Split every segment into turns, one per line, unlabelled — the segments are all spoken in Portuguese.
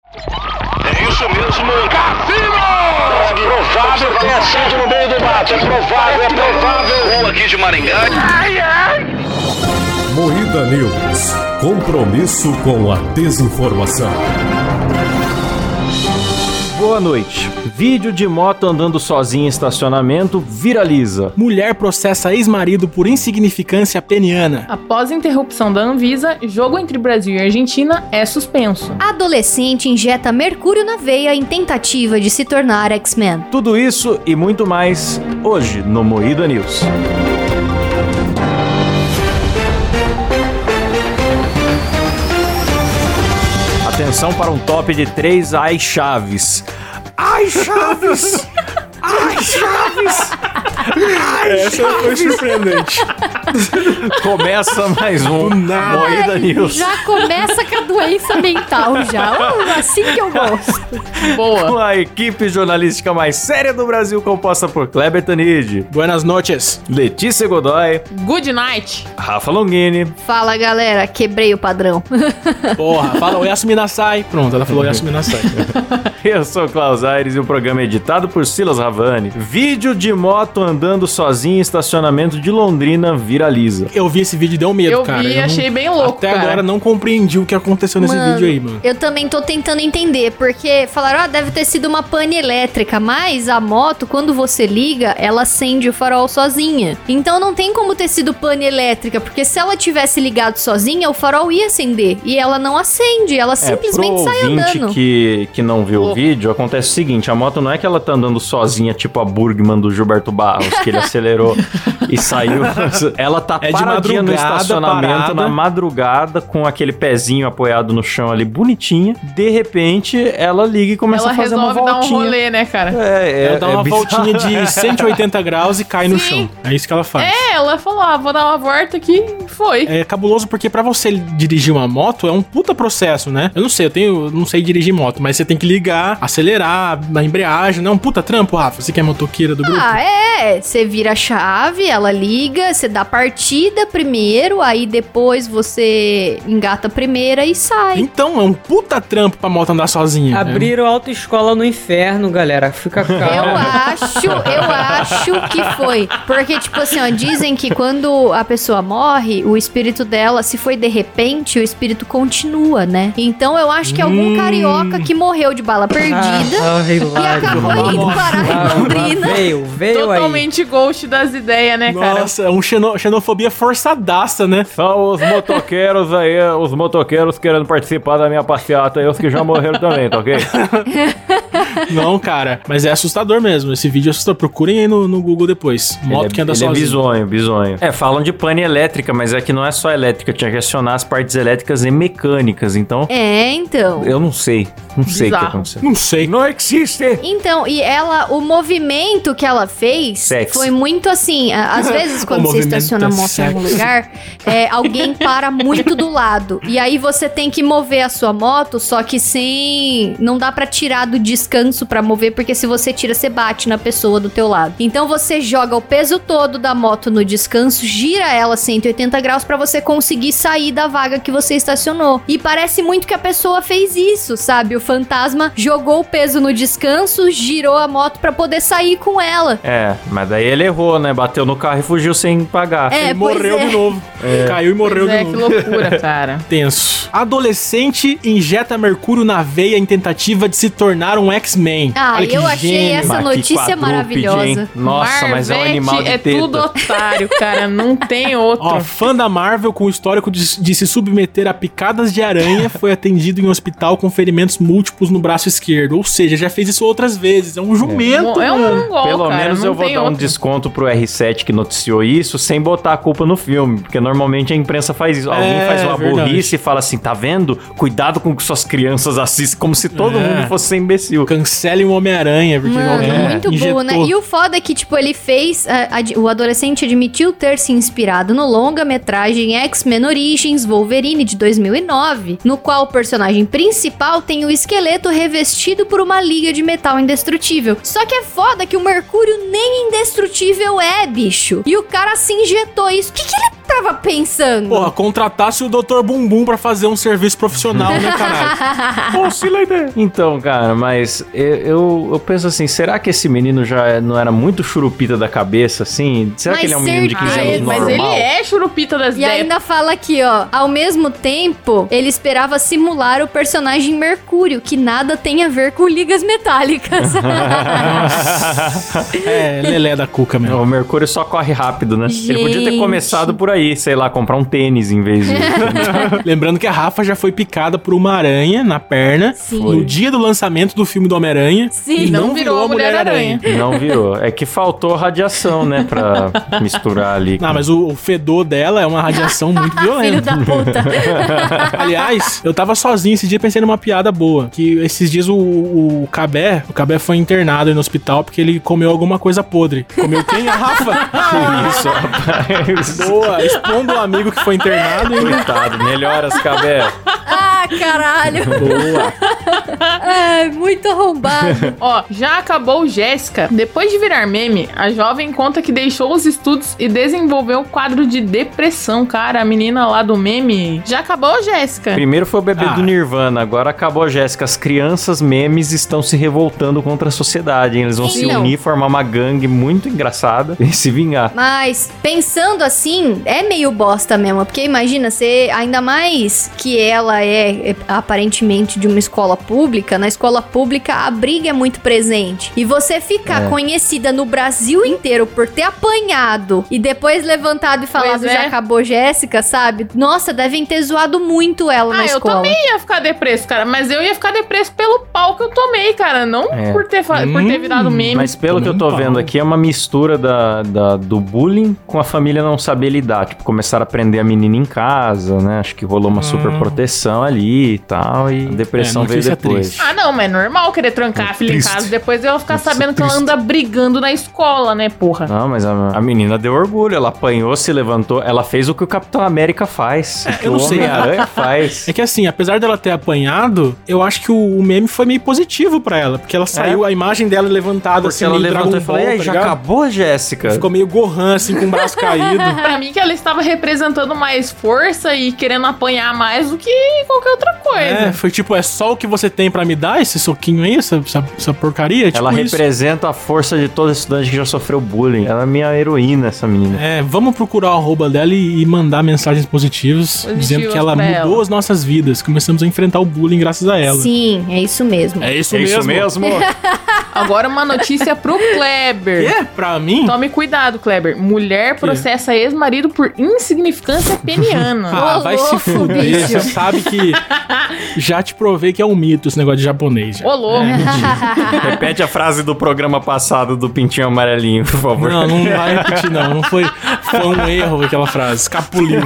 Cassino! É Cassino! É Provável que tenha sido no meio do mato. É provável, é provável. Rua aqui de Maringá. Ai, ai.
Moída News. Compromisso com a desinformação.
Boa noite. Vídeo de moto andando sozinha em estacionamento viraliza.
Mulher processa ex-marido por insignificância peniana.
Após interrupção da Anvisa, jogo entre Brasil e Argentina é suspenso.
Adolescente injeta mercúrio na veia em tentativa de se tornar X-Men.
Tudo isso e muito mais hoje no Moída News. Atenção para um top de três ai chaves. Ai chaves! Ai chaves! Ai,
Essa foi surpreendente.
Começa mais um
Do nada.
Moída News.
Já começa com a doença mental já. Uh, Assim que eu gosto.
Boa.
Com a equipe jornalística mais séria do Brasil, composta por Kleber Tanid,
Buenas noches.
Letícia Godoy,
Good night.
Rafa Longini,
Fala galera, quebrei o padrão.
Porra, fala o Yasminasai. Pronto, ela falou Yasminasai.
eu sou Klaus Aires e o programa é editado por Silas Ravani. Vídeo de moto andando sozinho em estacionamento de Londrina viraliza.
Eu vi esse vídeo e deu medo,
Eu
cara.
vi,
não-
achei bem louco,
Até
cara.
agora não compreendi o que aconteceu nesse vídeo aí, mano.
Eu também tô tentando entender, porque falaram, ah, deve ter sido uma pane elétrica, mas a moto, quando você liga, ela acende o farol sozinha. Então não tem como ter sido pane elétrica, porque se ela tivesse ligado sozinha, o farol ia acender. E ela não acende, ela simplesmente
É, pro
sai
ouvinte
andando.
que, que não viu o
Louco.
vídeo, acontece o seguinte, a moto não é que ela tá andando sozinha, tipo a Burgman do Gilberto Barros, que ele acelerou e saiu. Ela tá
É de
paradinha no
madrugada,
estacionamento,
parada.
na madrugada, com aquele pezinho apoiado no chão ali, bonitinha. De repente, ela liga e começa
Ela
a fazer uma
resolve dar um
voltinha.
rolê, né, cara?
É,
Ela dá uma
bizarro.
voltinha de 180 graus e cai no
Sim.
chão. É isso que ela faz.
É, ela falou, ah, vou dar uma volta aqui e foi.
É cabuloso porque pra você dirigir uma moto é um puta processo, né? Eu não sei, eu tenho, eu não sei dirigir moto, mas você tem que ligar, acelerar, na embreagem, não é um puta trampo, Rafa. Você que é motoqueira do grupo?
Ah, é. Você vira a chave, ela liga, você dá partida primeiro, aí depois você engata a primeira e sai.
Então, é um puta trampo pra moto andar sozinha. É um
Abriram autoescola no inferno, galera. Fica
Eu
calmo.
acho, eu acho que foi. Porque, tipo assim, ó, dizem que quando a pessoa morre, o espírito dela, se foi de repente, o espírito continua, né? Então eu acho que é algum carioca que morreu de bala perdida
Ah,
e acabou indo parar em Londrina.
tá? veio, veio aí.
Totalmente ghost das ideias, né, cara?
É, Nossa, é um xeno- xenofobia forçadaça, né?
São os motoqueiros aí, os motoqueiros querendo participar da minha passeata, e os que já morreram também, tá ok?
Não, cara. Mas é assustador mesmo. Esse vídeo é assustador. Procurem aí no, no Google depois. Moto
ele é,
que anda
ele é
sozinha.
bizonho, bizonho. É, falam de pane elétrica, mas é que não é só elétrica, tinha que acionar as partes elétricas e mecânicas, então
É, então.
eu não sei, não sei o que
Bizarro.
aconteceu.
Não sei.
Não existe!
Então, e ela, o movimento que ela fez
Sexy.
foi muito assim. a- Às vezes, quando você
movimento
estaciona a moto em algum
sexy.
lugar, é, alguém para muito do lado. E aí você tem que mover a sua moto, só que sem. Não dá pra tirar do descanso pra mover, porque se você tira, você bate na pessoa do teu lado. Então você joga o peso todo da moto no descanso, gira ela 180 graus pra você conseguir sair da vaga que você estacionou. E parece muito que a pessoa fez isso, sabe? O fantasma jogou o peso no descanso, girou a moto pra poder sair com ela.
É, mas daí ele errou, né? Bateu no carro e fugiu sem pagar.
É,
Ele
pois
morreu
é.
de novo. Caiu e morreu
Pois é,
de
que
novo.
loucura, cara.
Tenso. Adolescente injeta mercúrio na veia em tentativa de se tornar um X-Men.
Ah,
Olha que
eu achei
gênio.
essa
Mas que
notícia
quadrúpede,
maravilhosa.
hein? Nossa, mas é um
é Marvete
animal de
é
teta.
tudo otário, cara. Não tem outro.
Ó, fã da Marvel com o histórico de, de se submeter a picadas de aranha foi atendido em um hospital com ferimentos múltiplos no braço esquerdo. Ou seja, já fez isso outras vezes. É um jumento,
é um
mano.
mongol,
Pelo
cara.
menos
não
eu vou
tem
dar um
outro.
desconto pro R7 que noticiou isso, sem botar a culpa no filme, porque normalmente a imprensa faz isso. Alguém
É,
faz uma
verdade.
burrice e fala assim: tá vendo? Cuidado com o que suas crianças assistem, como se todo
É.
mundo fosse ser imbecil.
Cancele o Homem-Aranha, porque
Mano,
alguém
muito bom,
injetou.
né? E o foda é que, tipo, ele fez. eh, ad- o adolescente admitiu ter se inspirado no longa-metragem X-Men Origins Wolverine de 2009, no qual o personagem principal tem o esqueleto revestido por uma liga de metal indestrutível. Só que é foda que o Mercúrio nem indestrutível é, bicho. E o cara se injetou isso. O que, que ele tava pensando.
Porra, contratasse o Dr. Bumbum pra fazer um serviço profissional, né, caralho?
Então, cara, mas eu, eu, eu penso assim, será que esse menino já é, não era muito churupita da cabeça, assim? Será
Mas
que ele é um menino de 15
certeza.
anos
Mas
normal?
ele é churupita das
E
ideias.
ainda fala aqui, ó. Ao mesmo tempo, ele esperava simular o personagem Mercúrio, que nada tem a ver com ligas metálicas.
é, Lelé da Cuca mesmo.
O Mercúrio só corre rápido, né? Ele podia ter
Gente.
começado por aí, sei lá, comprar um tênis em vez de.
Lembrando que a Rafa já foi picada por uma aranha na perna
Sim.
no dia do lançamento do filme do Homem-Aranha.
Sim.
e não,
Não
virou,
virou
a Mulher-Aranha.
Mulher-Aranha.
Não virou. É que faltou radiação, né? Pra misturar ali.
Não, mas o, o fedor dela é uma radiação muito
Filho da
violenta.
puta.
Aliás, eu tava sozinho esse dia pensei numa piada boa. Que esses dias o, o Cabé, o Cabé foi internado aí no hospital porque ele comeu alguma coisa podre. Comeu quem? A Rafa.
Isso, rapaz.
boa, expondo o amigo que foi internado e
Coitado. Melhoras, Cabé.
ah, caralho.
Boa.
Ai, muito arrombado.
Ó, já acabou Jéssica. Depois de virar meme, a jovem conta que deixou os estudos e desenvolveu um quadro de depressão, cara. A menina lá do meme. Já acabou, Jéssica?
Primeiro foi o bebê
Ah.
do Nirvana, agora acabou a Jéssica. As crianças memes estão se revoltando contra a sociedade, hein? Eles vão se
Então.
unir, formar uma gangue muito engraçada e se vingar.
Mas, pensando assim, é meio bosta mesmo. Porque imagina, você, ainda mais que ela é, é, aparentemente de uma escola pública, na escola pública a briga é muito presente. E você ficar conhecida no Brasil inteiro por ter apanhado e depois levantado e falado
Pois é.
já acabou Jéssica, sabe? Nossa, devem ter zoado muito ela na
Ah, eu
escola.
também ia ficar depresso, cara. Mas eu ia ficar depresso pelo pau que eu tomei, cara. Não
É.
por, ter, fa- por ter
Hum,
virado meme.
Mas pelo que eu tô
Tomei um
vendo
pau.
aqui, é uma mistura da, da- do bullying com a família não saber lidar. Tipo, começaram a prender a menina em casa, né? Acho que rolou uma super proteção ali e tal. E a depressão
Hum. É,
veio
notícia
depois.
triste.
Ah, não, mas é normal querer trancar a filha em
triste.
casa. Depois ela ficar
Nossa,
sabendo que ela
triste.
anda brigando na escola, né, porra?
Não, mas a, a menina deu orgulho. Ela apanhou, se levantou. Ela fez o que o Capitão América faz. o que
É, eu não
o
sei.
Homem-Aranha faz.
É que assim, apesar dela ter apanhado, eu acho que o, o meme foi meio positivo pra ela. Porque ela saiu, a imagem dela levantada
É? Porque
assim,
ela
meio
levantou e
Dragon
falou:
Ball,
E aí,
tá
já
ligado?
acabou, Jéssica?
Ficou meio Gohan, assim, com o braço caído.
Pra mim que ela estava representando mais força e querendo apanhar mais do que qualquer outra
É,
coisa.
foi tipo, é só o que você tem pra me dar, esse soquinho aí, essa, essa, essa porcaria?
Ela
tipo isso.
representa a força de todo estudante que já sofreu bullying. Ela é minha heroína, essa menina.
É, vamos procurar o arroba dela e, e mandar mensagens positivas,
Positivas
dizendo que ela
pra
mudou
ela.
as nossas vidas. Começamos a enfrentar o bullying graças a ela.
Sim, é isso mesmo.
É isso
É
mesmo.
isso mesmo?
Agora uma notícia pro Kleber.
É, pra mim.
Tome cuidado, Kleber. Mulher processa ex-marido por insignificância peniana.
Ah,
Ô,
vai se
louco,
fuder.
bicho.
Você sabe que já te provei que é um mito esse negócio de japonês. já.
Ô, louco.
Repete a frase do programa passado do Pintinho Amarelinho, por favor.
Não, não vai repetir, não. Não foi, foi um erro aquela frase. Escapuliu.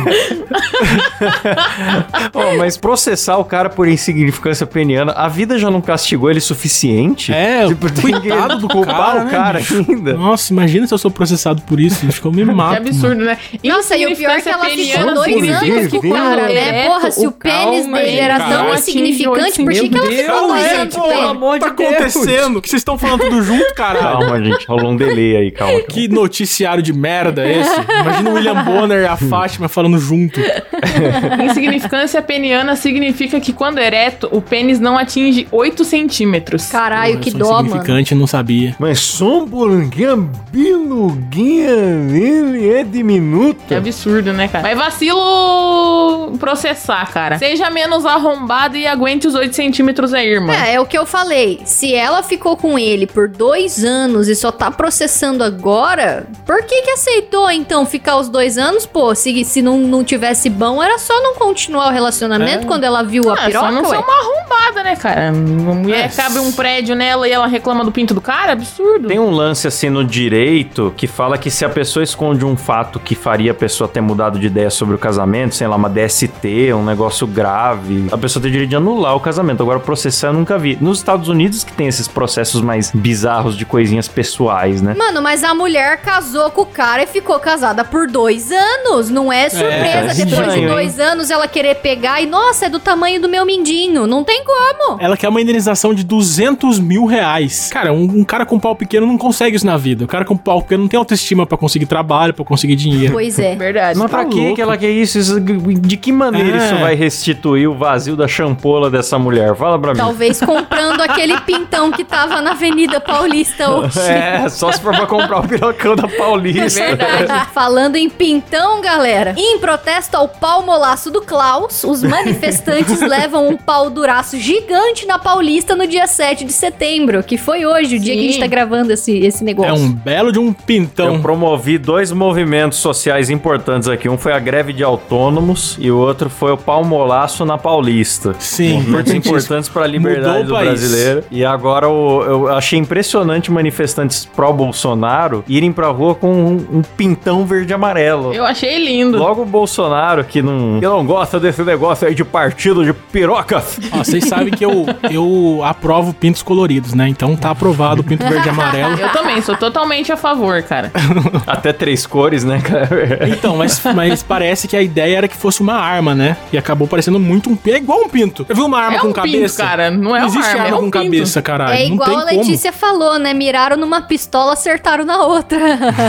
Ó, mas processar o cara por insignificância peniana, a vida já não castigou ele o suficiente?
É,
Tipo, tem
coitado
que
do
culpar
cara,
o
né,
cara
bicho?
ainda.
Nossa, imagina se eu sou processado por isso. Ficou me
Que
mato.
absurdo, né?
Nossa, e o pior é que
Insignificância
ela
peniana
ficou dois
significa
anos
que
com
o
o cara, né?
ereto,
Porra, se o pênis
é
calma aí,
dele era
cara.
tão insignificante, por que, que ela ficou
Calma
dois
aí,
anos com
pô.
Pelo
ele?
amor
tá
de Deus.
acontecendo? O que vocês estão falando tudo junto, caralho?
Calma, gente, rolou um delay aí, calma. calma.
Que noticiário de merda é esse? Imagina o William Bonner e a
Hum.
Fátima falando junto.
Insignificância peniana significa que quando é ereto, o pênis não atinge 8 centímetros.
Caralho, que
Sou
dó, mano.
é insignificante, não sabia.
Mas sombolanguinha, biluguinha, ele é diminuto.
Que absurdo, né, cara? Mas vacilo processar, cara. Seja menos arrombado e aguente os 8 centímetros aí, irmã.
É, é o que eu falei. Se ela ficou com ele por dois anos e só tá processando agora, por que que aceitou, então, ficar os dois anos? Pô, se, se não, não tivesse bom, era só não continuar o relacionamento quando ela viu a
Ah,
piroca?
só não ser
ué?
uma arrombada, né, cara? Uma mulher cabe um prédio nela e ela reclama do pinto do cara? Absurdo.
Tem um lance assim no direito que fala que se a pessoa esconde um fato que faria a pessoa ter mudado de ideia sobre o casamento, sei lá, uma DST, um negócio grave, a pessoa tem direito de anular o casamento. Agora processar eu nunca vi. Nos Estados Unidos que tem esses processos mais bizarros de coisinhas pessoais, né?
Mano, mas a mulher casou com o cara e ficou casada por dois anos. Não é surpresa
é
depois de
estranho,
dois anos ela querer pegar e, nossa, é do tamanho do meu mindinho. Não tem como.
Ela quer uma indenização de 200 mil reais. Cara, um, um cara com pau pequeno não consegue isso na vida. O cara com pau pequeno não tem autoestima pra conseguir trabalho, pra conseguir dinheiro.
Pois é.
Verdade.
Mas pra
tá
que
louco.
que ela quer isso? Isso- De que maneira
É.
isso vai restituir o vazio da champola dessa mulher? Fala pra mim.
Talvez comprando aquele pintão que tava na Avenida Paulista hoje.
É, só se for pra comprar o pirocão da Paulista.
É
Verdade. Falando em pintão, galera. Em protesto ao pau molaço do Klaus, os manifestantes levam um pau duraço gigante na Paulista no dia 7 de setembro, que foi hoje, o dia que a gente
Sim.
tá gravando esse, esse negócio.
É um belo de um pintão.
Eu promovi dois movimentos sociais importantes aqui. Um foi a greve de autônomos e o outro foi o palmolaço na Paulista.
Sim,
Movimentos
importantíssimo.
importantes para a liberdade
Mudou o
do
país.
brasileiro. E agora o- eu achei impressionante manifestantes pró-Bolsonaro irem pra rua com um, um pintão verde e amarelo.
Eu achei lindo.
Logo o Bolsonaro, que não, que não gosta desse negócio aí de partido de pirocas.
Ó, vocês sabem que eu, eu aprovo pintos coloridos, né? Então tá aprovado o pinto verde e amarelo.
Eu também sou totalmente a favor, cara.
Até três cores, né, cara?
Então, mas, mas parece que a ideia era que fosse uma arma, né? E acabou parecendo muito um pinto. É igual um pinto. Eu vi uma arma
É
com
um pinto,
cabeça.
cara. Não é
Não
uma
existe
arma,
arma,
é um
com
pinto.
cabeça, caralho.
É
Ah, não tem
igual a Letícia falou, né? Miraram numa pistola, acertaram na outra.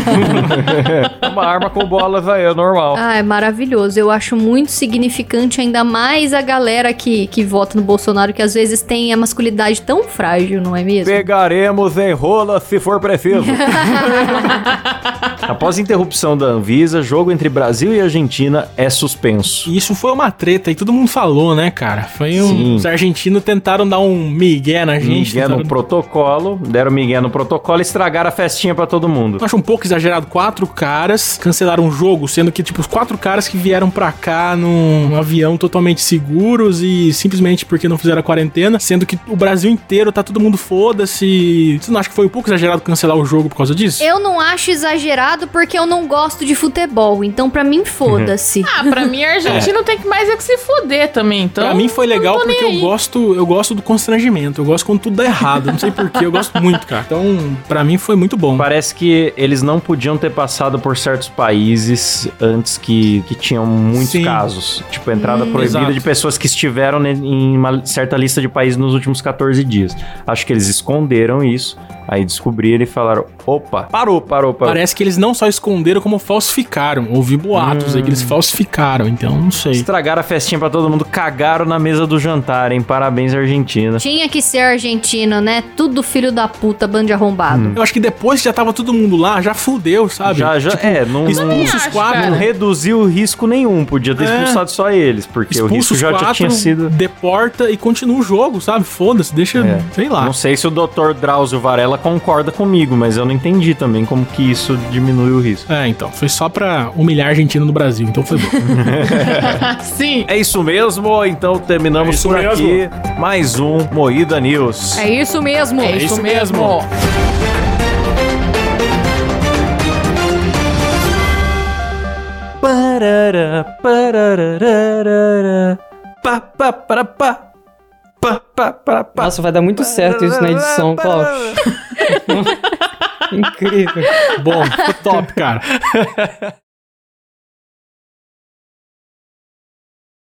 Uma arma com bolas aí, é normal.
ah, é maravilhoso. Eu acho muito significante, ainda mais a galera que, que vota no Bolsonaro, que às vezes tem a masculinidade tão frágil, não é mesmo?
Pegaremos em rola se for preciso. Após interrupção da Anvisa, jogo entre Brasil e Argentina é suspenso.
E isso foi uma treta e todo mundo falou, né, cara? Foi um.
Sim.
Os argentinos tentaram dar um migué na gente.
Miguel no
tentaram- um-
protocolo, deram Miguel no protocolo e estragaram a festinha pra todo mundo.
Eu Acho um pouco exagerado. Quatro caras cancelaram o jogo, sendo que, tipo, os quatro caras que vieram pra cá num num avião totalmente seguros e simplesmente porque não fizeram a quarentena, sendo que o Brasil inteiro tá todo mundo foda-se. Você não acha que foi um pouco exagerado cancelar o jogo por causa disso?
Eu não acho exagerado porque eu não gosto de futebol, então pra mim foda-se.
Uhum.
Ah, pra mim, argentino tem que mais é que se foder também, então.
pra mim foi legal
não tô
porque
nem
eu
aí.
gosto, eu gosto do constrangimento, eu gosto quando tudo dá errado, não sei porquê, eu gosto muito, cara. Então, pra mim foi muito bom.
Parece que eles não podiam ter passado por certos países antes que, que tinham muitos
Sim. Hum,
casos. Tipo, entrada proibida
Exato.
de pessoas que estiveram ne- em uma certa lista de países nos últimos 14 dias. Acho que eles esconderam isso, aí descobriram e falaram: opa, parou, parou, parou.
Parece que eles não só esconderam, como falsificaram. Ouvi boatos aí que eles falsificaram, então não sei.
Estragaram a festinha pra todo mundo, cagaram na mesa do jantar, hein? Parabéns, Argentina.
Tinha que ser argentino, né? Tudo filho da puta, bando de arrombado.
Eu acho que depois que já tava todo mundo lá, já fudeu, sabe?
Já, já, é, não, não,
Expulsa os
acho,
quatro,
não
cara.
reduziu o risco nenhum. Podia ter
É.
expulsado só eles, porque o
expulsa
risco
os
já, já
quatro,
tinha sido.
deporta e continua o jogo, sabe? Foda-se, deixa,
É.
sei lá.
Não sei se o Dr. Drauzio Varela concorda comigo, mas eu não entendi também como que isso diminui o risco.
É, então, foi só pra humilhar a Argentina no Brasil, então foi bom.
Ah, Sim.
É isso mesmo, então terminamos por aqui mais um Moída News.
É isso mesmo.
É isso mesmo.
Parará, pararararara, pá, pá, pará, pá, pá, pá, pará, pá.
Nossa, vai dar muito certo isso na edição, Klaus. Incrível.
bom, ficou top, cara.